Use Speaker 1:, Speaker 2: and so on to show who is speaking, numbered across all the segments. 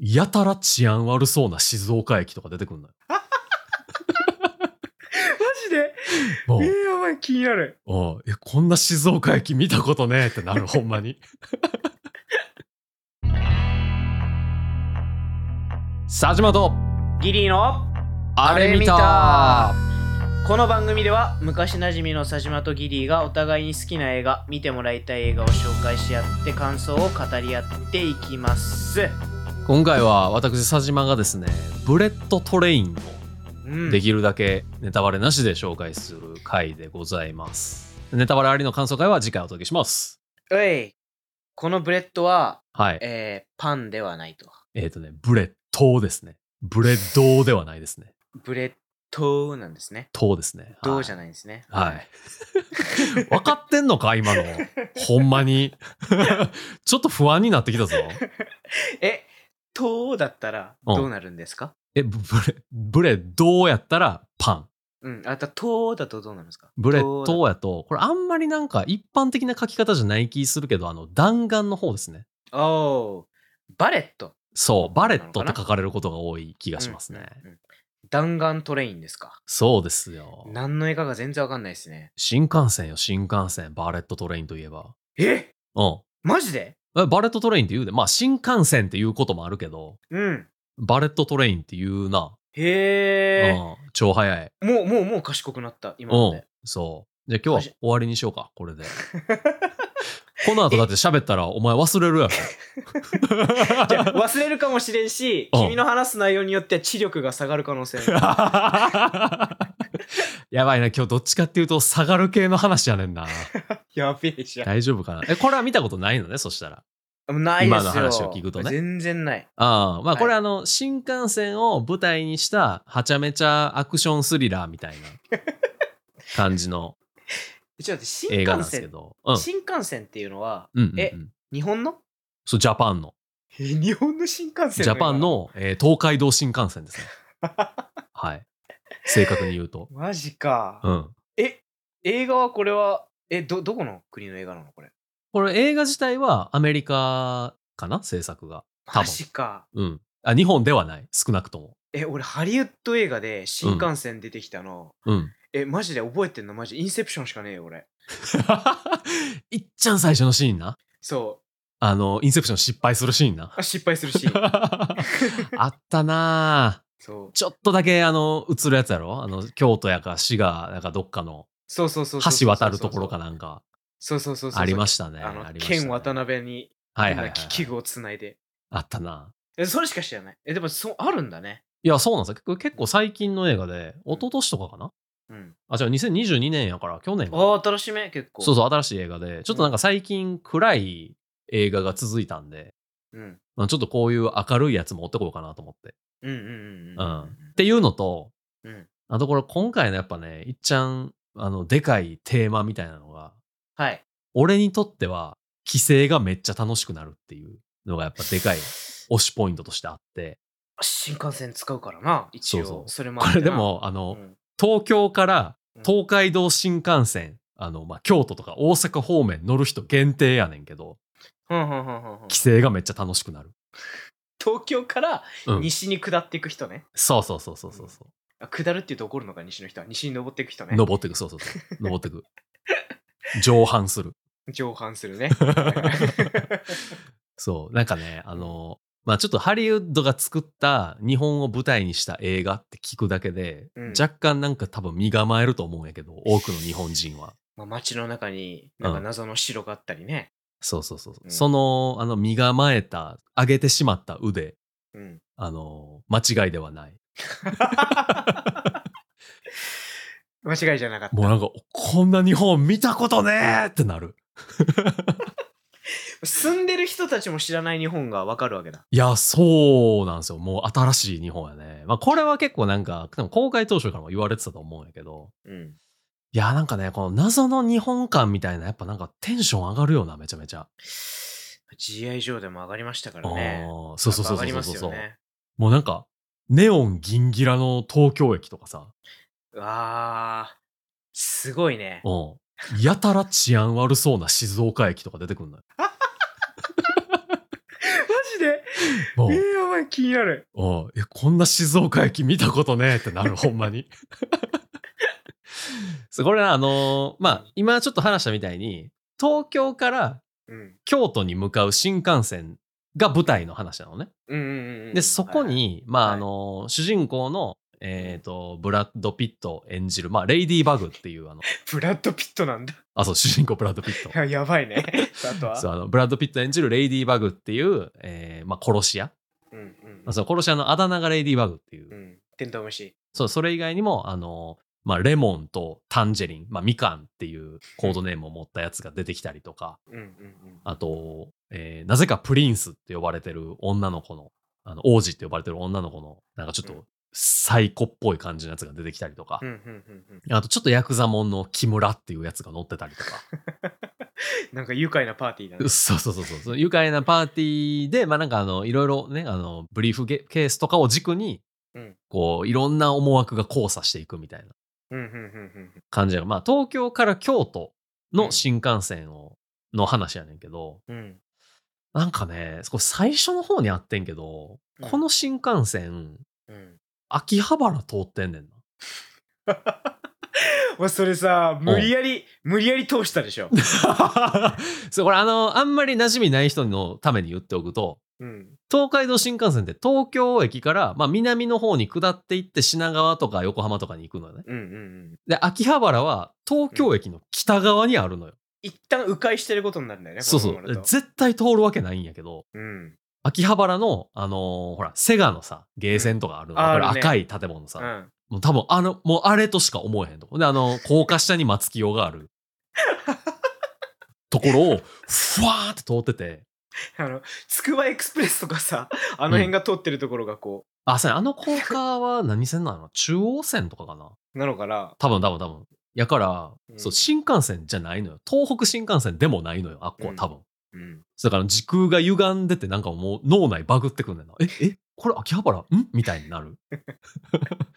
Speaker 1: やたら治安悪そうな静岡駅とか出てくんない
Speaker 2: ジで
Speaker 1: もう、
Speaker 2: えー、やばい、気になる。
Speaker 1: おうえこんな静岡駅見たことねえって なるほんまに 佐島と
Speaker 2: ギリーの
Speaker 1: あれ見た
Speaker 2: この番組では昔なじみの佐島とギリーがお互いに好きな映画見てもらいたい映画を紹介し合って感想を語り合っていきます、
Speaker 1: 今回は私佐島がですねブレッドトレイン
Speaker 2: うん
Speaker 1: をできるだけネタバレなしで紹介する回でございますネタバレありの感想会は次回お届けします
Speaker 2: おいこのブレッドは、
Speaker 1: はい
Speaker 2: えーパンではないと
Speaker 1: えっ、とねブレッドですねブレッドではないですね
Speaker 2: ブレッドなんですね
Speaker 1: 糖ですね
Speaker 2: どうじゃ
Speaker 1: ない
Speaker 2: ないんですね
Speaker 1: はい分かってんのか今のほんまにちょっと不安になってきたぞ
Speaker 2: えとだったらどうなるんですか
Speaker 1: えブレブレドやったらパン
Speaker 2: うん、あと、とだとどうなるんですか
Speaker 1: ブレ
Speaker 2: と
Speaker 1: ッドやとこれあんまりなんか一般的な書き方じゃない気するけどあの弾丸の方ですね
Speaker 2: だおーバレット。
Speaker 1: そうバレットって
Speaker 2: なのかな
Speaker 1: 書かれることが多い気がしますね、
Speaker 2: うんうん弾丸トレインですか。
Speaker 1: そうですよ
Speaker 2: 何の映画か全然わかんないですね。
Speaker 1: 新幹線よ新幹線バレットトレインといえば
Speaker 2: え
Speaker 1: うん
Speaker 2: マジで
Speaker 1: えバレットトレインって言うでまあ新幹線っていうこともあるけど
Speaker 2: うん。
Speaker 1: バレットトレインっていうな、
Speaker 2: へえ。
Speaker 1: うん、超早い
Speaker 2: もう、もう、もう賢くなった、今の
Speaker 1: うん
Speaker 2: で。、
Speaker 1: そう。じゃあ今
Speaker 2: マ
Speaker 1: 日
Speaker 2: ジ
Speaker 1: は終わりにしようか、こ れで。この後だって喋ったらお前忘れるやろ。
Speaker 2: じゃあ忘れるかもしれ んし、
Speaker 1: うん
Speaker 2: 君の話す内容によっては知力が下がる可能性 も
Speaker 1: やばいな、今日どっちかっていうと下がる系の話やねん な。
Speaker 2: やべえじゃん。
Speaker 1: 大丈夫かな。え、これは見たことないのね、そしたら。
Speaker 2: もうないですよ。
Speaker 1: 今の話を聞くとね
Speaker 2: 全然ない。
Speaker 1: ああまあ
Speaker 2: はい
Speaker 1: これあの、新幹線を舞台にしたはちゃめちゃアクションスリラーみたいな感じの
Speaker 2: ちょっと待って、
Speaker 1: 映
Speaker 2: 新
Speaker 1: 画なん
Speaker 2: 幹
Speaker 1: ですけ
Speaker 2: 線、
Speaker 1: ど。うん。
Speaker 2: 新幹線っていうのは、
Speaker 1: うんうん、う
Speaker 2: え
Speaker 1: ん。
Speaker 2: 日本の
Speaker 1: そう、ジャパンの。
Speaker 2: え、日本の新幹線
Speaker 1: ジャパンの、えー東海道新幹線ですね。はい。正確に言う と。
Speaker 2: マジか。
Speaker 1: うん。
Speaker 2: え、映画はこれは、え、ど、どこの国の映画なのこれ。
Speaker 1: これ映画自体はアメリカかな制作が。多
Speaker 2: マ
Speaker 1: 分。
Speaker 2: ジか。
Speaker 1: うん。あ、日本ではない。少なくとも。
Speaker 2: え、俺、ハリウッド映画で新幹線出てきたの、
Speaker 1: うん。
Speaker 2: え、マジで覚えてんのマジ、インセプションしかねえよ、俺。
Speaker 1: いっちゃん最初のシーンな。
Speaker 2: そ
Speaker 1: あの、インセプション失敗するシーンな。
Speaker 2: う。。あ失敗するし
Speaker 1: あったなぁ
Speaker 2: そう。
Speaker 1: ちょっとだけあの映るやつやろあの京都やか滋賀やかどっかの
Speaker 2: そうそうそうそうそ
Speaker 1: 橋
Speaker 2: う。
Speaker 1: 渡るところかなんか
Speaker 2: そうそうそうそう。
Speaker 1: ありま
Speaker 2: し
Speaker 1: したね。
Speaker 2: あ
Speaker 1: あ
Speaker 2: の、
Speaker 1: りましたね
Speaker 2: 剣渡辺に、
Speaker 1: はいはいはいはい
Speaker 2: 変な器具をつないで。
Speaker 1: あったな。
Speaker 2: え、それしか知らない。え、でも、そう、あるんだね。
Speaker 1: いや、そうなんですよ。結結構最近の映画で、一昨年とかかな
Speaker 2: うん。
Speaker 1: あ、じゃあ2022年やから、去年かな
Speaker 2: ああ、新しめ、結構。
Speaker 1: そうそう、新しい映画で、ちょっとなんか最近暗い映画が続いたんで、
Speaker 2: う。うん。
Speaker 1: まあ、ちょっとこういう明るいやつ持ってこようかなと思って。
Speaker 2: うんうんうん。
Speaker 1: うん。っていうのと、
Speaker 2: うん。
Speaker 1: あとこれ今回のやっぱね、いっちゃん、あの、でかいテーマみたいなのが、
Speaker 2: はい。
Speaker 1: 俺にとっては、規制がめっちゃ楽しくなるっていうのがやっぱで かい推しポイントとしてあって、
Speaker 2: 新幹線使うからな一応
Speaker 1: そうそう
Speaker 2: れも
Speaker 1: こ
Speaker 2: あって
Speaker 1: れ
Speaker 2: な
Speaker 1: でも、あ
Speaker 2: う
Speaker 1: の、
Speaker 2: ん
Speaker 1: 東京から
Speaker 2: うん
Speaker 1: 東海道新幹線、あの、まあ、京都とか大阪方面乗る人限定やねんけど、
Speaker 2: ふんふんふんふんふん
Speaker 1: 規制がめっちゃ楽しくなる。
Speaker 2: 東京から
Speaker 1: うん
Speaker 2: 西に下っていく人ね、
Speaker 1: そうそうそうそうそうそ
Speaker 2: あ下るって言うと怒るのか西の人は西に登っていく人
Speaker 1: う。
Speaker 2: ね
Speaker 1: 登ってく、そうそうそう。登 ってく。上半する。
Speaker 2: 上半す るね
Speaker 1: そう。なんかね、あの、まあちょっとハリウッドが作った日本を舞台にした映画って聞くだけで、
Speaker 2: うん
Speaker 1: 若干なんか多分身構えると思うんやけど、多くの日本人は。
Speaker 2: まあ街の中になんか
Speaker 1: うん
Speaker 2: 謎の城があったりね、
Speaker 1: そうそうそう。う
Speaker 2: うん
Speaker 1: その、あの、身構えた、上げてしまった腕、
Speaker 2: うん、
Speaker 1: あの、間違いではない。
Speaker 2: 間違いじゃなかった
Speaker 1: もうなんか、こんな日本見たことねえってなる。
Speaker 2: 住んでる人たちも知らない日本がわかるわけだ
Speaker 1: いや、そうなんですよ。もう新しい日本やね。まあ、これは結構なんか、多分公開当初からも言われてたと思うんやけど、
Speaker 2: うん
Speaker 1: いや、なんかね、この謎の日本感みたいな、やっぱなんかテンション上がるよな、めちゃめちゃ。
Speaker 2: GI 上でも上がりましたか
Speaker 1: あ
Speaker 2: らね
Speaker 1: ーそうそうそう
Speaker 2: やっぱ上が
Speaker 1: そう
Speaker 2: り
Speaker 1: そう
Speaker 2: ます
Speaker 1: そう、
Speaker 2: よね
Speaker 1: もうなんか、ネオン銀ギラの東京駅とかさ、
Speaker 2: わあすごいね
Speaker 1: うん。やたら治安悪そうな静岡駅とか出てくんのよ。
Speaker 2: マジで
Speaker 1: も
Speaker 2: え
Speaker 1: う、
Speaker 2: ー、やばい、気になる。
Speaker 1: おういやこんな静岡駅見たことねえってなる、ほんまに。 そうこれな、あのーまあ、今ちょっと話したみたいに、東京から
Speaker 2: うん。
Speaker 1: 京都に向かう新幹線が舞台の話なのね。
Speaker 2: うんうんうん。
Speaker 1: で、そこ
Speaker 2: はいはい、
Speaker 1: に、まあ、
Speaker 2: はい
Speaker 1: あのー主人公の、えっ、と、ブラッド・ピット演じる、まあ、レイディー・バグっていう、あの、
Speaker 2: ブラッド・ピットなんだ。
Speaker 1: あ、そう、主人公ブラッド・ピ ット。
Speaker 2: ややば いね。あとは。
Speaker 1: そうあのブラッド・ピット演じるレイディー・バグっていう、えーまあ、殺し屋、
Speaker 2: うんうん
Speaker 1: まあ、その殺し屋のあだ名がレイディー・バグっていう、
Speaker 2: うん。テントウムシ。
Speaker 1: そうそれ以外にもあの、まあ、レモンとタンジェリン、まあ、みかんっていうコードネームを持ったやつが出てきたりとか
Speaker 2: うんうんうん。
Speaker 1: あと、えーなぜかプリンスって呼ばれてる女の子のあの王子って呼ばれてる女の子のなんかちょっ
Speaker 2: うん
Speaker 1: とサイコっぽい感じのやつが出てきたりとか
Speaker 2: う、んうんうんうん。
Speaker 1: あとちょっとヤクザモンの木村っていうやつが乗ってたりとか
Speaker 2: なんか愉快なパーティーだね。
Speaker 1: そうそうそうそうその愉快なパーティーでまあなんかあのいろいろねあのブリーフゲケースとかを軸に、
Speaker 2: うん
Speaker 1: こういろんな思惑が交差していくみたいな
Speaker 2: うんうんうん
Speaker 1: 感じやからまあ東京から京都の新幹線を、の話やねんけど
Speaker 2: うんうん。
Speaker 1: なんかねこれ最初の方にあってんけど、
Speaker 2: うん
Speaker 1: この新幹線
Speaker 2: うん。うん。
Speaker 1: 秋葉原通ってんねんな
Speaker 2: わそれさ、無理やり、無理やり通したで しょ。
Speaker 1: そうこれあのあんまり馴染みない人のために言っておくと
Speaker 2: うん。
Speaker 1: 東海道新幹線って東京駅から、まあ、南の方に下っていって品川とか横浜とかに行くのよね。
Speaker 2: うんうんうん。
Speaker 1: で、秋葉原は東京駅の北側にあるのよ。
Speaker 2: 一旦迂回してることになるんだよね。
Speaker 1: そうそ
Speaker 2: このまま
Speaker 1: う
Speaker 2: だ。と
Speaker 1: 絶対通るわけないんやけど、
Speaker 2: うん。
Speaker 1: 秋葉原の、あのーほら、セガのさ、ゲーセンとかあるの。
Speaker 2: うんあ
Speaker 1: これ
Speaker 2: あるね
Speaker 1: 赤い建物さ。
Speaker 2: うん。
Speaker 1: もう多分、あの、もうあれとしか思えへんとこ。で、あの、高架下に松木用があ る。ところを、ふわーって通ってて、
Speaker 2: あの、つくばエクスプレスとかさ、 あの辺が通ってるところがこ
Speaker 1: あ、そうやあの高架は何線なの中央線とかかな
Speaker 2: う、なのかな。
Speaker 1: 多分多分多分やから、
Speaker 2: うん
Speaker 1: そう新幹線じゃないのよ東北新幹線でもないのよあっこは多分、
Speaker 2: うん。
Speaker 1: だから時空が歪んでてなんかもう脳内バグってくんねんなええこれ秋葉原んみたいになる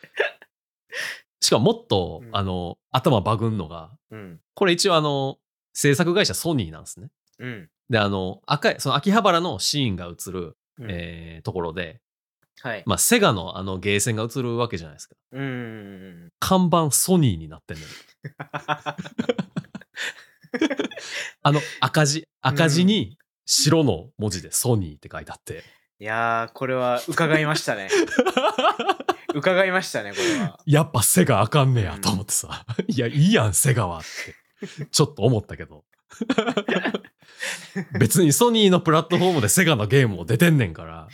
Speaker 1: しかももっと、
Speaker 2: うん
Speaker 1: あの頭バグんのが
Speaker 2: うん。
Speaker 1: これ一応あの制作会社ソニーなんですね
Speaker 2: うん。
Speaker 1: であの赤いその秋葉原のシーンが映る、
Speaker 2: うん
Speaker 1: えーところで、
Speaker 2: はい。
Speaker 1: まあ、セガのあのゲーセンが映るわけじゃないですか
Speaker 2: うんうんうん。
Speaker 1: 看板ソニーになってんのよあの赤字、赤字に白の文字でソニーって書いてあって。
Speaker 2: いやー、これは伺いまし たね。伺いましたね、これは。
Speaker 1: やっぱセガあかんねやと思ってさ。 いや、いいやん、セガはって。ちょっと思ったけ ど。別にソニーのプラットフォームでセガのゲームも出てんねんから、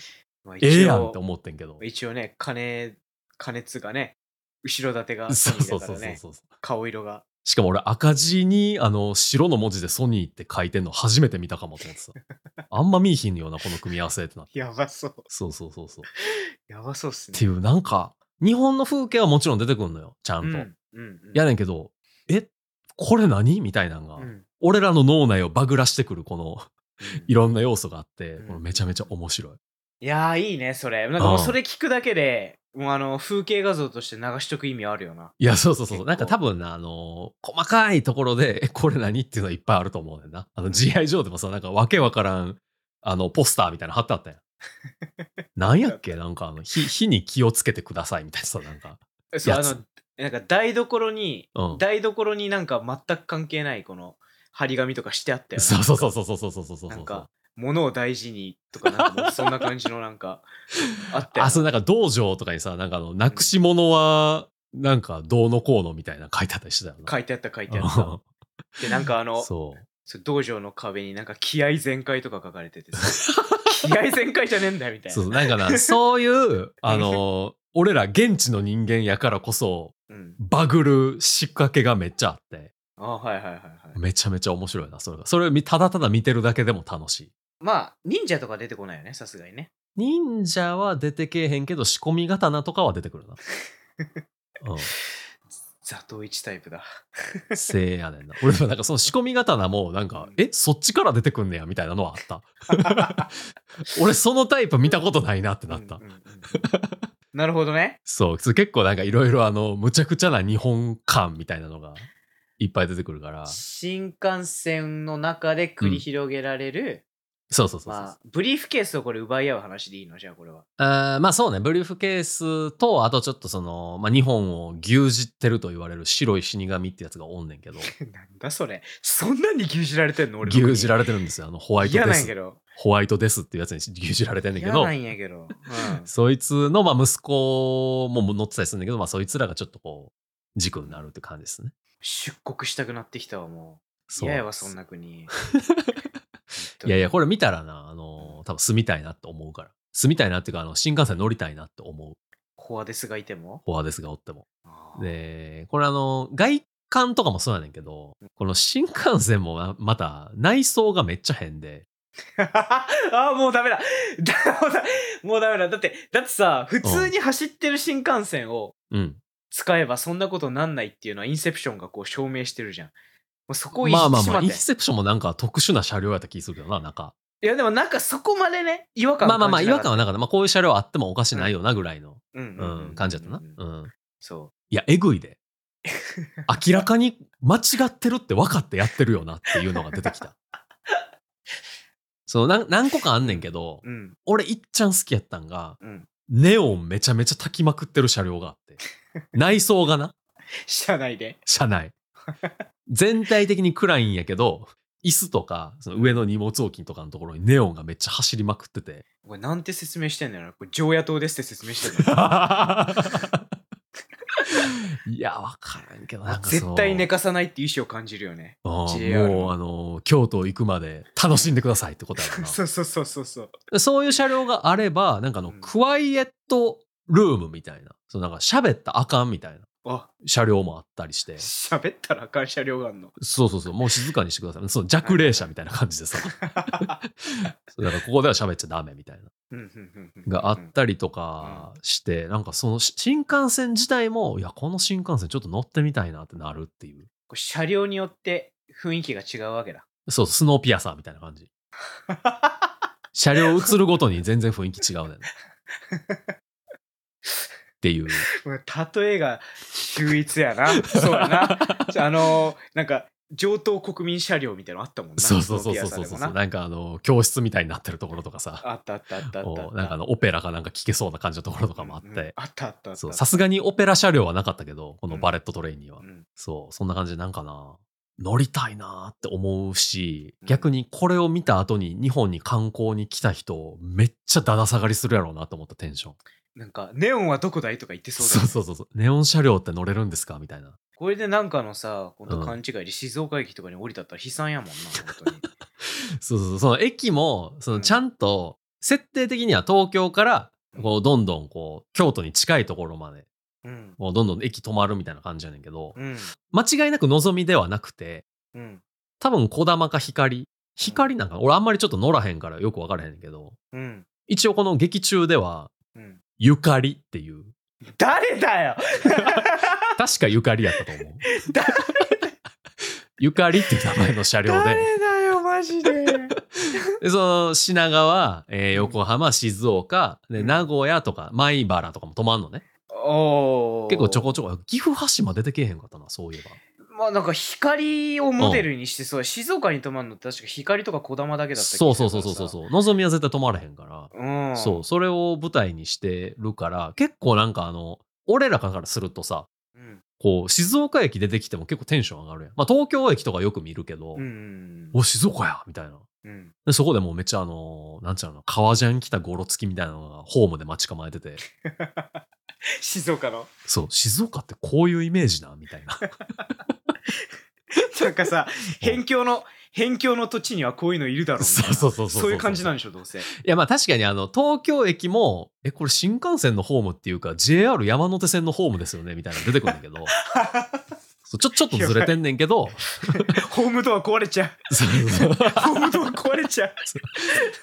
Speaker 2: まあ
Speaker 1: ええやんっ
Speaker 2: 一
Speaker 1: て
Speaker 2: 応
Speaker 1: 思ってんけど。
Speaker 2: 一応ね、金、金つうかね、後ろ盾がソ
Speaker 1: そう
Speaker 2: ニー
Speaker 1: そう
Speaker 2: だ
Speaker 1: そう
Speaker 2: から
Speaker 1: そう
Speaker 2: ね、
Speaker 1: そう。
Speaker 2: 顔色が。
Speaker 1: しかも俺赤字にあの白の文字でソニーって書いてんの初めて見たかもと思ってさ。あんま見いひんようなこの組み合わせってなって。
Speaker 2: やばそう。
Speaker 1: そうそうそうそう。
Speaker 2: やばそうっす
Speaker 1: っ
Speaker 2: ね。
Speaker 1: ていうなんか日本の風景はもちろん出てくんのよちゃ
Speaker 2: うん
Speaker 1: と、
Speaker 2: んうんうん。
Speaker 1: やねんけどえこれ何みたいなのが、
Speaker 2: うん
Speaker 1: 俺らの脳内をバグらしてくるこの
Speaker 2: うん
Speaker 1: いろんな要素があって、
Speaker 2: うん
Speaker 1: このめちゃめちゃ面白い
Speaker 2: いやー、いいね、それ。なんかもう
Speaker 1: うん
Speaker 2: それ聞くだけで、もうあの、風景画像として流しとく意味あるよな。
Speaker 1: いやそうそうそう
Speaker 2: 結構
Speaker 1: なんか多分なあのー細かいところで えこれ何っていうのはいっぱいあると思うねんなあの GI 上でもさなんかわけわからんあのポスターみたいなの貼ってあ ったやんなんやっけなんかあの火火に気をつけてくださいみたいなさなんか
Speaker 2: そう、あ
Speaker 1: やつ
Speaker 2: の、なんか台所に、
Speaker 1: うん
Speaker 2: 台所になんか全く関係ない、この、張り紙とかしてあったよね
Speaker 1: そうそうそうそうそうそうそうそうそう
Speaker 2: なんか、物を大事にとか、なんかもうそんな感じのなんか、あったよ
Speaker 1: あ、そう、なんか道場とかにさ、なんかあの、なくし物は、なんかどうのこうのみたいな書いてあったりしてたよな。
Speaker 2: 書いてあった書いてあった。で、なんかあ
Speaker 1: うん
Speaker 2: の、
Speaker 1: そう。
Speaker 2: そう道場の壁になんか気合全開とか書かれててさ、気合全開じゃねえんだよみたいな。
Speaker 1: そう、なんか な、そういう、あの、俺ら現地の人間やからこそ、
Speaker 2: うん。
Speaker 1: バグる仕掛けがめっちゃあって、
Speaker 2: あはいはいはいはい。
Speaker 1: めちゃめちゃ面白いな、それが。それを見ただただ見てるだけでも楽しい。
Speaker 2: まあ、忍者とか出てこないよね、さすがにね。
Speaker 1: 忍者は出てけえへんけど、仕込み刀とかは出てくる な。うん。
Speaker 2: ザトウイチタイプだ。
Speaker 1: せいやねんな。俺はなんかその仕込み刀もなんか、え、そっちから出てくんねやみたいなのはあった。 俺そのタイプ見たことないなってなった。
Speaker 2: うんうんうんうんなるほどね。
Speaker 1: そう、そう結構なんかいろいろあの、むちゃくちゃな日本感みたいなのがいっぱい出てくるから。
Speaker 2: 新幹線の中で繰り広げられる、
Speaker 1: そうそうそうそう。
Speaker 2: まあ、ブリーフケースをこれ奪い合う話でいいのじゃあこれは。
Speaker 1: あーまあそうね、ブリーフケースと、あとちょっとその、まあ、日本を牛耳ってると言われる白い死神ってやつがおんねんけど、
Speaker 2: なんだそれ。そんなに牛耳られてん の俺
Speaker 1: 牛耳
Speaker 2: れ
Speaker 1: られてるんですよ。あの、ホワイト
Speaker 2: 嫌
Speaker 1: デ
Speaker 2: なんやけ
Speaker 1: ス。
Speaker 2: ど。
Speaker 1: ホワイトデスっていうやつに牛耳られてんねんけ
Speaker 2: 嫌
Speaker 1: ど
Speaker 2: な、んやけ ど。うん
Speaker 1: そいつの、まあ、息子も乗ってたりするんだけど、まあ、そいつらがちょっとこう、軸になるって感じですね。
Speaker 2: 出国したくなってきたわ、もう。
Speaker 1: そう
Speaker 2: 嫌やわ、そんな 国。
Speaker 1: いやいや、これ見たらな、あのー、多分住みたいなって思うから。住みたいなっていうか、あの、新幹線乗りたいなって思う、
Speaker 2: コアデスがいても。
Speaker 1: フォアですがおっても。
Speaker 2: あー
Speaker 1: で、これあの、外観とかもそうやねんけど、この新幹線もなまた内装がめっちゃ変で、
Speaker 2: あーもうダメだ だもうだもうダメだだってだってさ普通に走ってる新幹線を
Speaker 1: うん。
Speaker 2: 使えばそんなことなんないっていうのはインセプションがこう証明してるじゃんもうそこを意
Speaker 1: まあ
Speaker 2: 識
Speaker 1: まあ
Speaker 2: し
Speaker 1: ま
Speaker 2: ま
Speaker 1: あ、
Speaker 2: って
Speaker 1: インセプションもなんか特殊な車両やった気するけどな、なんか。
Speaker 2: いやでもなんかそこまでね違和感
Speaker 1: まあまあまあ、
Speaker 2: 感
Speaker 1: 違
Speaker 2: じな
Speaker 1: 和
Speaker 2: かった
Speaker 1: 感はなかった。まあ、こういう車両あってもおかしないよなぐらいの、
Speaker 2: うん
Speaker 1: うん感じだったな。うん。
Speaker 2: そ
Speaker 1: いや、えぐいで。明らかに間違ってるって分かってやってるよなっていうのが出てきた。そうなん何個かあんねんけど、
Speaker 2: ううん
Speaker 1: 俺いっちゃん好きやったんが、
Speaker 2: うん
Speaker 1: ネオンめちゃめちゃ焚きまくってる車両があっ て、内装がな、
Speaker 2: 車内で
Speaker 1: 車内。全体的に暗いんやけど、椅子とか、その上の荷物置きとかのところにネオンがめっちゃ走りまくって て。
Speaker 2: これなんて説明してんだよなこれ常夜灯ですって説明してる
Speaker 1: いや、わからんけ ど、なんかそう
Speaker 2: 絶対寝かさないっていう意思を感じるよね
Speaker 1: あー
Speaker 2: JR
Speaker 1: もう、あの、京都行くまで楽しんでくださいってことやろ な。
Speaker 2: そうそうそうそうそう
Speaker 1: そういう車両があれば、なんかあの、
Speaker 2: うん
Speaker 1: クワイエットルームみたいな、そうなんか喋ったらあかんみたいな
Speaker 2: あ
Speaker 1: 車両もあったりして、
Speaker 2: 喋ったらあかん車両があん の
Speaker 1: そうそうそう、もう静かにしてください。そう、弱霊車みたいな感じでさ、そうだからここでは喋っちゃダメみたいな、
Speaker 2: うんうんうんうん
Speaker 1: があったりとかして、なんかそのし新幹線自体も、いや、この新幹線ちょっと乗ってみたいなってなるっていう、
Speaker 2: こう車両によって雰囲気が違うわけだ。
Speaker 1: そう、スノーピアサーみたいな感じ。車両映るごとに全然雰囲気違うねん。っていう。
Speaker 2: 例えが秀逸やな。そうや な。あのーなんか、上等国民車両みたいなのあったもんな。
Speaker 1: そうそうそうそうそう
Speaker 2: ノ
Speaker 1: そ
Speaker 2: ーピア
Speaker 1: う
Speaker 2: サでもな
Speaker 1: なんかあの教室みたいになってるところとかさ
Speaker 2: あったあったあったあったあっ
Speaker 1: お
Speaker 2: た。
Speaker 1: なんかあのオペラかなんか聴けそうな感じのところとかもあって、
Speaker 2: うんうんあったあったあった。
Speaker 1: そうさすがにオペラ車両はなかったけどこのバレットトレインには、
Speaker 2: うん
Speaker 1: そうそんな感じでなんかな乗りたいなって思うし
Speaker 2: うん
Speaker 1: 逆にこれを見た後に日本に観光に来た人めっちゃだだ下がりするやろうなと思ったテンション
Speaker 2: なんか、ネオンはどこだいとか言ってそうだ、
Speaker 1: そう,、
Speaker 2: ね、
Speaker 1: そうそうそうネオン車両って乗れるんですかみたいな
Speaker 2: これでなんかのさ、今
Speaker 1: う
Speaker 2: 度
Speaker 1: ん
Speaker 2: 勘違いで静岡駅とかに降りたったら悲惨やもんな、本当に。
Speaker 1: そうそうそうその駅もそうの
Speaker 2: ん
Speaker 1: ちゃんと設定的には東京からこうどんどんこう京都に近いところまで
Speaker 2: うん。
Speaker 1: もうどんどん駅止まるみたいな感じやねんけど、
Speaker 2: うん。
Speaker 1: 間違いなく望みではなくて、
Speaker 2: うん。
Speaker 1: 多分小玉か光。光なんかな俺あんまりちょっと乗らへんからよくわからへんねんけど、
Speaker 2: うん。
Speaker 1: 一応この劇中では、
Speaker 2: うん。
Speaker 1: ゆかりっていう、
Speaker 2: 誰だよ
Speaker 1: 確かゆかりやったと 思う。
Speaker 2: 誰
Speaker 1: ゆかりっていう名前の車両で、
Speaker 2: 誰だよ、マジで。
Speaker 1: でその品川、えー横浜、静岡、で
Speaker 2: うん
Speaker 1: 名古屋とか米原とかも止まんのね。
Speaker 2: おー
Speaker 1: 結構ちょこちょこ、岐阜橋も出てけえへんかったな、そういえば。
Speaker 2: まあなんか光をモデルにしてそう、静岡に泊まるのって確か光とか小玉だけだった気がする
Speaker 1: そうそうそうそうそうそう。望みは絶対止まらへんから。
Speaker 2: う、うん、
Speaker 1: そう、それを舞台にしてるから、結構なんかあの、俺らからするとさ、
Speaker 2: うん、
Speaker 1: こう、静岡駅出てきても結構テンション上がるやん。まあ、東京駅とかよく見るけど、
Speaker 2: うん
Speaker 1: お、静岡やみたいな。
Speaker 2: うん、
Speaker 1: で、そこでもうめっちゃあの、なんちゃうの、革ジャン着たゴロつきみたいなのがホームで待ち構えてて、
Speaker 2: 静岡の
Speaker 1: そう、静岡ってこういうイメージなみたいな。
Speaker 2: なんかさ辺境の辺境の土地にはこういうのいるだろうみたいな
Speaker 1: そうそうそうそうそう
Speaker 2: そういう感じなんでしょどうせ
Speaker 1: いや、まあ確かにあの、東京駅も、え、これ新幹線のホームっていうか、JR 山手線のホームですよねみたいなの出てくるんだけ ど、そうちょ、ちょっとずれてんねんけど、
Speaker 2: ホームドア壊れちゃ
Speaker 1: そう そうそう
Speaker 2: うホームドア壊れちゃう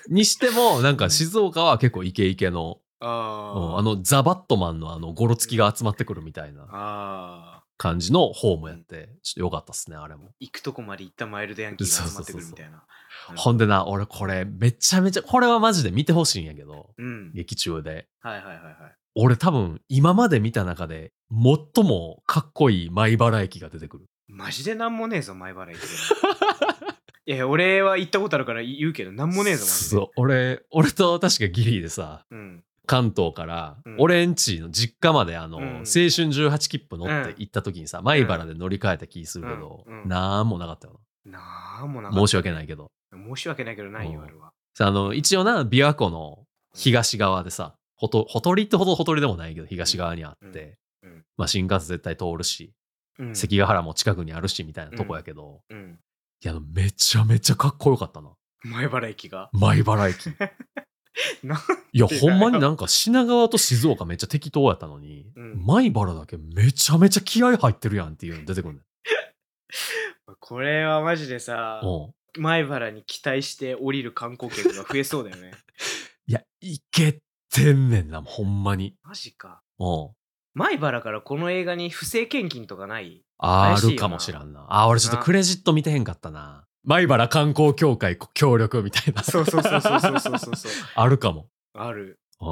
Speaker 1: にしても、なんか静岡は結構イケイケの、
Speaker 2: あ
Speaker 1: うん
Speaker 2: ー
Speaker 1: あのザ・バットマンのあのゴロつきが集まってくるみたいな
Speaker 2: あー
Speaker 1: 感じのホームやって、ちょっとよかったっすね、あれも。
Speaker 2: 行くとこまで行ったマイルドヤンキーが集まってくるみたいな
Speaker 1: ほんでな、俺これめちゃめちゃ、これはマジで見てほしいんやけど、
Speaker 2: うん
Speaker 1: 劇中で。
Speaker 2: はいはいはいはい
Speaker 1: 俺多分今まで見た中で最もかっこいい米原駅が出てくる。
Speaker 2: マジでなんもねえぞ前払いって いや、俺は行ったことあるから言うけど、なんもねえぞ、マジで。
Speaker 1: そう俺俺と確かギリでさ
Speaker 2: うん。
Speaker 1: 関東から
Speaker 2: うん
Speaker 1: 俺んちの実家まであの、
Speaker 2: うん
Speaker 1: 青春18切符乗って行った時にさ、米原で乗り換えた気するけど、
Speaker 2: うんうん
Speaker 1: なんもなかったよ
Speaker 2: なあもう
Speaker 1: な
Speaker 2: な
Speaker 1: ん
Speaker 2: か
Speaker 1: 申し訳ないけど
Speaker 2: 申し訳ないけど、ないよ、
Speaker 1: うん
Speaker 2: あれは。
Speaker 1: さあの一応な琵琶湖の東側でさほとほとりってほどほとりでもないけど東側にあって、
Speaker 2: うんうん
Speaker 1: まあ、新幹線絶対通るし、
Speaker 2: うん。
Speaker 1: 関ヶ原も近くにあるしみたいなとこやけど、
Speaker 2: うん。
Speaker 1: いやめちゃめちゃかっこよかったな
Speaker 2: 前原駅が。
Speaker 1: 米原 駅
Speaker 2: ない
Speaker 1: や
Speaker 2: でだ
Speaker 1: ほ
Speaker 2: よ
Speaker 1: んまになんか品川と静岡めっちゃ適当やったのに、
Speaker 2: うん
Speaker 1: 米原だけめちゃめちゃ気合入ってるやんっていうの出てくるね
Speaker 2: これはマジでさ、
Speaker 1: うん
Speaker 2: 前原に期待して降りる観光客が増えそうだよ ね。
Speaker 1: いやいけてんねんなほんまに
Speaker 2: マジか。
Speaker 1: うん
Speaker 2: 前原からこの映画に不正献金とかない
Speaker 1: あ
Speaker 2: 怪しいよな
Speaker 1: るかもしらんな。あ、俺ちょっとクレジット見てへんかったな。米原観光協会協力みたいな。
Speaker 2: そうそうそうそうそうそうそう そう。
Speaker 1: あるかも。
Speaker 2: ある。
Speaker 1: う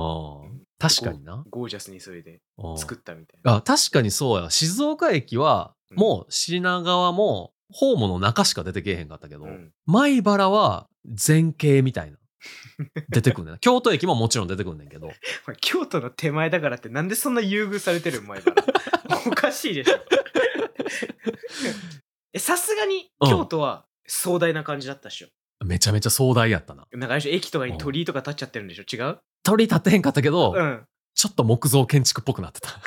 Speaker 1: ん確かにな。
Speaker 2: ゴージャスにそれで
Speaker 1: うん
Speaker 2: 作ったみたいな。
Speaker 1: あ確かにそうや。静岡駅は、もう品川も、ホームの中しか出てけえへんかったけど、
Speaker 2: うん
Speaker 1: 米原は前景みた いな。出てくんねんな。京都駅ももちろん出てくんねんけど。
Speaker 2: お前京都の手前だからってなんでそんな優遇されてる 前原おかしいでしょえさすがに
Speaker 1: うん
Speaker 2: 京都は壮大な感じだったっしょ、
Speaker 1: めちゃめちゃ壮大やったな。
Speaker 2: なんかあれでしょ駅とかに鳥居とか立っちゃってるんでしょ違う
Speaker 1: 鳥立てへんかったけど、
Speaker 2: うん
Speaker 1: ちょっと木造建築っぽくなって た。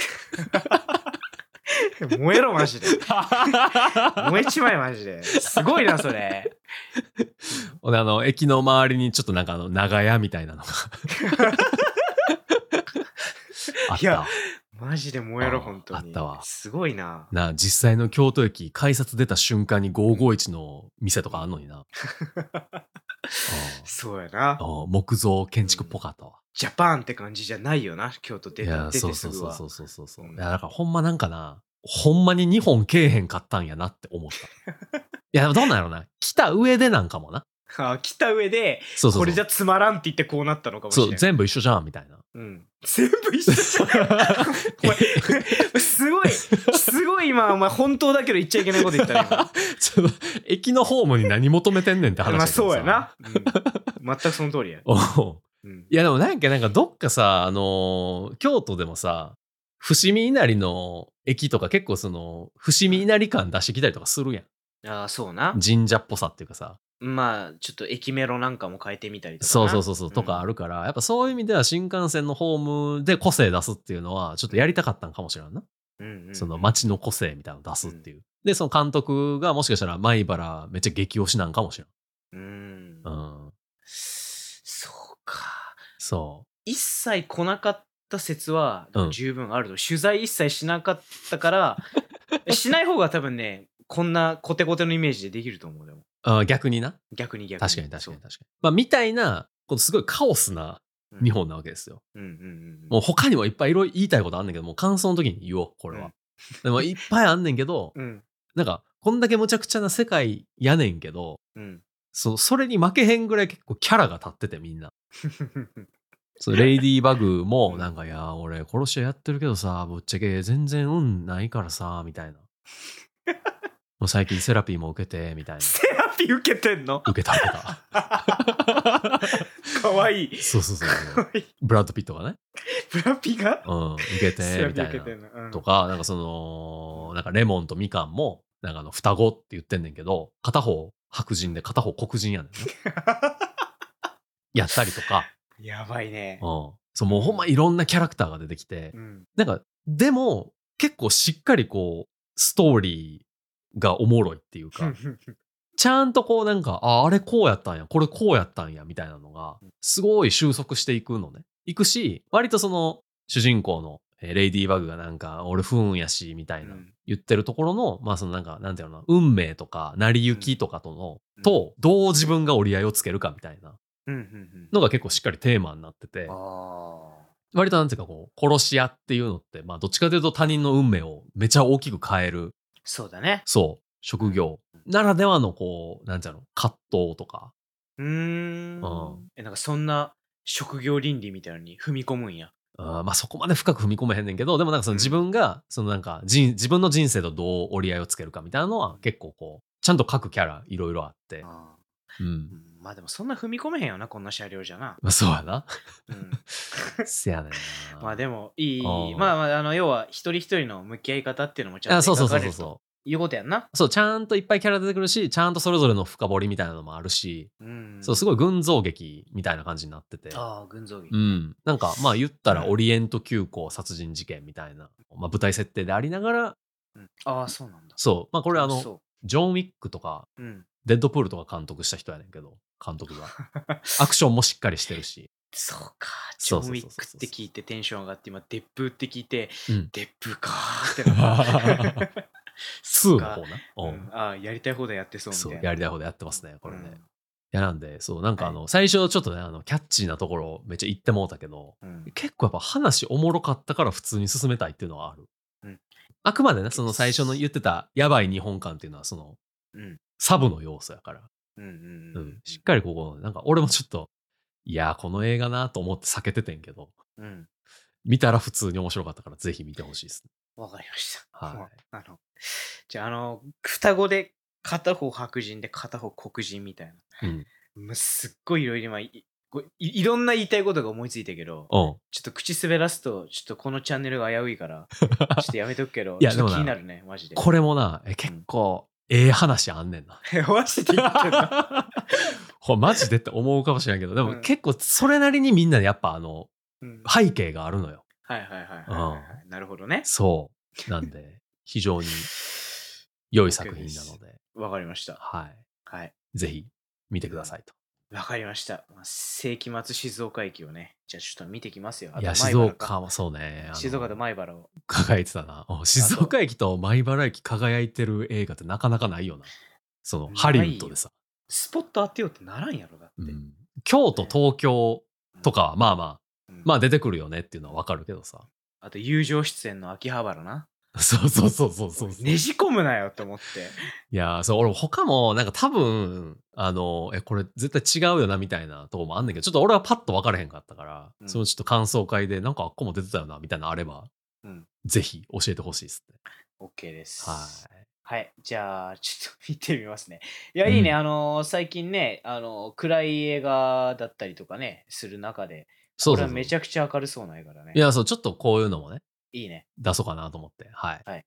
Speaker 2: 燃えろマジで燃えちまえマジですごいなそれ
Speaker 1: ほんであの駅の周りにちょっとなんかあの長屋みたいなのがあっ
Speaker 2: いや
Speaker 1: た
Speaker 2: マジで燃えろ
Speaker 1: あー
Speaker 2: 本当に
Speaker 1: あったわ
Speaker 2: すごいな
Speaker 1: なあ実際の京都駅改札出た瞬間に551の店とかあんのに な
Speaker 2: そうやな
Speaker 1: うんうん木造建築っぽかったわ、
Speaker 2: ジャパンって感じじゃないよな京都出
Speaker 1: い
Speaker 2: た
Speaker 1: や
Speaker 2: 出
Speaker 1: そう
Speaker 2: て
Speaker 1: そ
Speaker 2: す
Speaker 1: う
Speaker 2: ぐ
Speaker 1: そう
Speaker 2: は
Speaker 1: そうそうそうそう
Speaker 2: うん
Speaker 1: いやだからほんまなんかなほんまに2本けえへんかったんやなって思ったい やでもどうなんやろな来た上でなんかもな
Speaker 2: あ来た上で
Speaker 1: そうそうそう
Speaker 2: これじゃつまらんって言ってこうなったのかもしれ
Speaker 1: そ
Speaker 2: な
Speaker 1: う
Speaker 2: い
Speaker 1: 全部一緒じゃんみたいな
Speaker 2: うん、全部一緒じゃんお前すごいすごい今お前本当だけど言っちゃいけないこと言ったね今
Speaker 1: ちょっと駅のホームに何求めてんねん って話
Speaker 2: まあ
Speaker 1: けど
Speaker 2: そう
Speaker 1: さ
Speaker 2: やな、うん全くその通りや、
Speaker 1: おう
Speaker 2: うん
Speaker 1: いやでもなんかなんかどっかさあのー京都でもさ伏見稲荷の駅とか結構その伏見稲荷感出してきたりとかするやん
Speaker 2: ああそうな
Speaker 1: 神社っぽさっていうかさ
Speaker 2: まあちょっと駅メロなんかも変えてみたりとかな
Speaker 1: そうそうそうそうとかあ
Speaker 2: る、
Speaker 1: るから、やっぱそういう意味では新幹線のホームで個性出すっていうのはちょっとやりたかったんかもしれんな、
Speaker 2: うんうんうん
Speaker 1: その街の個性みたいなの出すっていう、でその監督がもしかしたら米原めっちゃ激推しなんかもしれん
Speaker 2: うん、
Speaker 1: うん
Speaker 2: そうか
Speaker 1: そ
Speaker 2: 一切来なかった説は
Speaker 1: うん
Speaker 2: 十分あると、取材一切しなかったから しない方が多分ねこんなコテコテのイメージでできると思うでも
Speaker 1: うあ逆にな
Speaker 2: 逆に逆
Speaker 1: 確かに確かに確かにまあみたいなこうすごいカオスな
Speaker 2: に
Speaker 1: 日本なわけですよ、
Speaker 2: うんうんうんうん、
Speaker 1: もう他にもいっぱいいろいろ言いたいことあんねんけど、もう感想の時に言おう、これは。
Speaker 2: うん
Speaker 1: でもいっぱいあんねんけど、
Speaker 2: うん
Speaker 1: なんか、こんだけむちゃくちゃな世界やねんけど、
Speaker 2: うん、
Speaker 1: そうそれに負けへんぐらい結構キャラが立っててみんな。そうレイディーバグも、なんか、いや、俺殺し屋やってるけどさ、ぶっちゃけ全然運ないからさ、みた いな。もう最近セラピーも受けて、みたいな。
Speaker 2: セラピー受けてんの
Speaker 1: 受けた受けた。
Speaker 2: かわいい。
Speaker 1: そうそうそう
Speaker 2: か
Speaker 1: そう。
Speaker 2: わいい。
Speaker 1: ブラッド・ピットがね。
Speaker 2: ブラピが
Speaker 1: うん、受け
Speaker 2: セ
Speaker 1: て、
Speaker 2: ラ
Speaker 1: み
Speaker 2: ピー
Speaker 1: たい
Speaker 2: 受
Speaker 1: な
Speaker 2: けて。んの。うん
Speaker 1: とか、なんかその、なんかレモンとみかんも、なんかあの、双子って言ってんねんけど、片方白人で片方黒人やねんな。 やったりとか、
Speaker 2: やばいね
Speaker 1: うん。。そう、もうほんまいろんなキャラクターが出てきて
Speaker 2: う、ん。
Speaker 1: なんか、でも、結構しっかりこう、ストーリーがおもろいっていうか、ちゃんとこうなんか、あ、あれこうやったんや、これこうやったんや、みたいなのが、すごい収束していくのね。いくし、割とその、主人公の、えーレイディーバグがなんか、俺不運やし、みたいな
Speaker 2: うん、
Speaker 1: 言ってるところの、まあそのなんか、なんていうのかな、運命とか、成り行きとかとの、
Speaker 2: うん
Speaker 1: と、どう自分が折り合いをつけるかみたいな
Speaker 2: うんうん
Speaker 1: のが結構しっかりテーマになってて
Speaker 2: うん。、あ
Speaker 1: 割となんていうかこう、殺し屋っていうのって、まあどっちかというと他人の運命をめちゃ大きく変える
Speaker 2: あ。そうだね。
Speaker 1: そう、職業ならではのこう、なんていうの、葛藤とか。
Speaker 2: うー。
Speaker 1: うん
Speaker 2: え、なんかそんな職業倫理みたいなのに踏み込むんや。
Speaker 1: あーまあそこまで深く踏み込めへんねんけど、でもなんかその
Speaker 2: うん
Speaker 1: 自分が、そのなんか人、自分の人生とどう折り合いをつけるかみたいなのは結構こう、ちゃんと各キャラいろいろあって。
Speaker 2: あ
Speaker 1: うん
Speaker 2: ー。うんまあでもそんな踏み込めへんよな、こんな車両じゃな。
Speaker 1: まあ、そうやな。
Speaker 2: うん、
Speaker 1: せやねんな。
Speaker 2: まあでも、いいいい
Speaker 1: あー、
Speaker 2: いいまあまあ、あの、要は、一人一人の向き合い方っていうのもちゃ
Speaker 1: あ
Speaker 2: んと
Speaker 1: そうそう
Speaker 2: 描
Speaker 1: そう
Speaker 2: かれ
Speaker 1: そう
Speaker 2: る
Speaker 1: そ
Speaker 2: と
Speaker 1: う。
Speaker 2: いうことやんな。
Speaker 1: そう、ちゃんといっぱいキャラ出てくるし、ちゃんとそれぞれの深掘りみたいなのもあるし、
Speaker 2: うん。
Speaker 1: そう、すごい群像劇みたいな感じになってて。
Speaker 2: ああ、群像劇。
Speaker 1: うん。なんか、まあ言ったら、オリエント急行殺人事件みたいな、まあ舞台設定でありながら、
Speaker 2: うんああ、そうなんだ。
Speaker 1: そう、まあこれあの、
Speaker 2: そ
Speaker 1: ジョン・ウィックとか、
Speaker 2: う。うん。
Speaker 1: デッドプールとか監督した人やねんけど、監督 が。アクションもしっかりしてるし。
Speaker 2: そうか。ジョ
Speaker 1: そ
Speaker 2: ン・
Speaker 1: う
Speaker 2: ウ
Speaker 1: そうそうそう
Speaker 2: ィックって聞いてテンション上がって、今、デップって聞いて、
Speaker 1: うん
Speaker 2: デップかーってなった
Speaker 1: 2
Speaker 2: そ
Speaker 1: の
Speaker 2: うか
Speaker 1: 方な。
Speaker 2: う
Speaker 1: うん
Speaker 2: ん。ああ、やりたい放題やってそうみた
Speaker 1: そ
Speaker 2: いうな。、
Speaker 1: やりたい方でやってますね、これね。
Speaker 2: うん
Speaker 1: いや、なんで、そう、なんかあの、最初ちょっとね、あの、キャッチーなところめっちゃ言ってもうたけど、
Speaker 2: うん
Speaker 1: 結構やっぱ話おもろかったから普通に進めたいっていうのはある。
Speaker 2: うん
Speaker 1: あくまでね、その最初の言ってたやばい日本感っていうのは、その、
Speaker 2: うん
Speaker 1: サブの要素やから、
Speaker 2: うんうん
Speaker 1: う
Speaker 2: うんん
Speaker 1: しっかりここ、なんか俺もちょっと、いやー、この映画なと思って避けててんけど、
Speaker 2: うん。
Speaker 1: 見たら普通に面白かったから、ぜひ見てほしいですね。
Speaker 2: わかりました。
Speaker 1: はい
Speaker 2: まあ。あの、じゃあ、あの、双子で片方白人で片方黒人みたいな。
Speaker 1: うん。
Speaker 2: もうすっごいいろいろ今いこいいろんな言いたいことが思いついたけど、
Speaker 1: うん。
Speaker 2: ちょっと口滑らすと、ちょっとこのチャンネルが危ういから、ちょっとやめとくけど、
Speaker 1: いや
Speaker 2: ちょっと
Speaker 1: でもな
Speaker 2: 気になるね、マジで。
Speaker 1: これもな、え結構、ええ話あんねんな。
Speaker 2: れ、 マジで言って んの
Speaker 1: ほマジでって思うかもしれんけど、で
Speaker 2: う
Speaker 1: も
Speaker 2: ん
Speaker 1: 結構それなりにみんなやっぱあの、
Speaker 2: うん
Speaker 1: 背景があるのよ。
Speaker 2: はいはいはいはいはいはい。なるほどね。
Speaker 1: そう。なんで、非常に良い作品なので、
Speaker 2: わかりました。
Speaker 1: は
Speaker 2: はい。
Speaker 1: い。ぜひ見てくださいと。
Speaker 2: わかりました。まあ世紀末静岡駅をね、じゃあちょっと見てきますよ。あと
Speaker 1: いや、
Speaker 2: 米
Speaker 1: 静
Speaker 2: 原か
Speaker 1: 岡もそうね。あの
Speaker 2: 静岡と米原を。
Speaker 1: 輝いてたな。お 静岡駅と米原駅輝いてる映画ってなかなかないよな。その、
Speaker 2: ないよ
Speaker 1: ハリウッドでさ。
Speaker 2: スポット当てようってならんやろ、だって。
Speaker 1: うん京都、東京とかはまあまあ、
Speaker 2: うん、
Speaker 1: まあ出てくるよねっていうのはわかるけどさ。
Speaker 2: あと友情出演の秋葉原な。
Speaker 1: そうそうそうそうそうそう。
Speaker 2: ねじ込むなよと思って。
Speaker 1: いやーそう俺も他もなんか多分あのえこれ絶対違うよなみたいなとこもあんねんけどちょっと俺はパッと分からへんかったから、
Speaker 2: うん
Speaker 1: そのちょっと感想会でなんかあっこも出てたよなみたいなのあれば、
Speaker 2: うん
Speaker 1: ぜひ教えてほしいっすね
Speaker 2: OK です。
Speaker 1: はい
Speaker 2: はい。じゃあ、ちょっと 見てみますね。いや、いいね。
Speaker 1: うん
Speaker 2: あのー最近ね、あのー暗い映画だったりとかね、する中で、
Speaker 1: そう
Speaker 2: こ
Speaker 1: そう
Speaker 2: れは
Speaker 1: そう
Speaker 2: めちゃくちゃ明るそうな映画だね。
Speaker 1: いやそうちょっとこういうのもね
Speaker 2: いいね。
Speaker 1: 出そうかなと思ってはい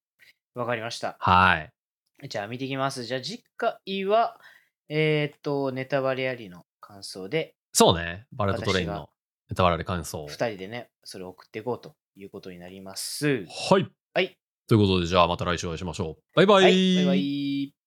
Speaker 2: わかりました。
Speaker 1: はい
Speaker 2: じゃあ、見ていきます。じゃあ、次回は、えーっと、ネタバレありの感想で、
Speaker 1: そうねバレットトレイン
Speaker 2: 私が
Speaker 1: のネタバレ感想
Speaker 2: 2人でね、それを送っていこうということになります。
Speaker 1: はい
Speaker 2: はい
Speaker 1: ということでじゃあまた来週お会いしましょうバイバイ、
Speaker 2: はい、バイバイ。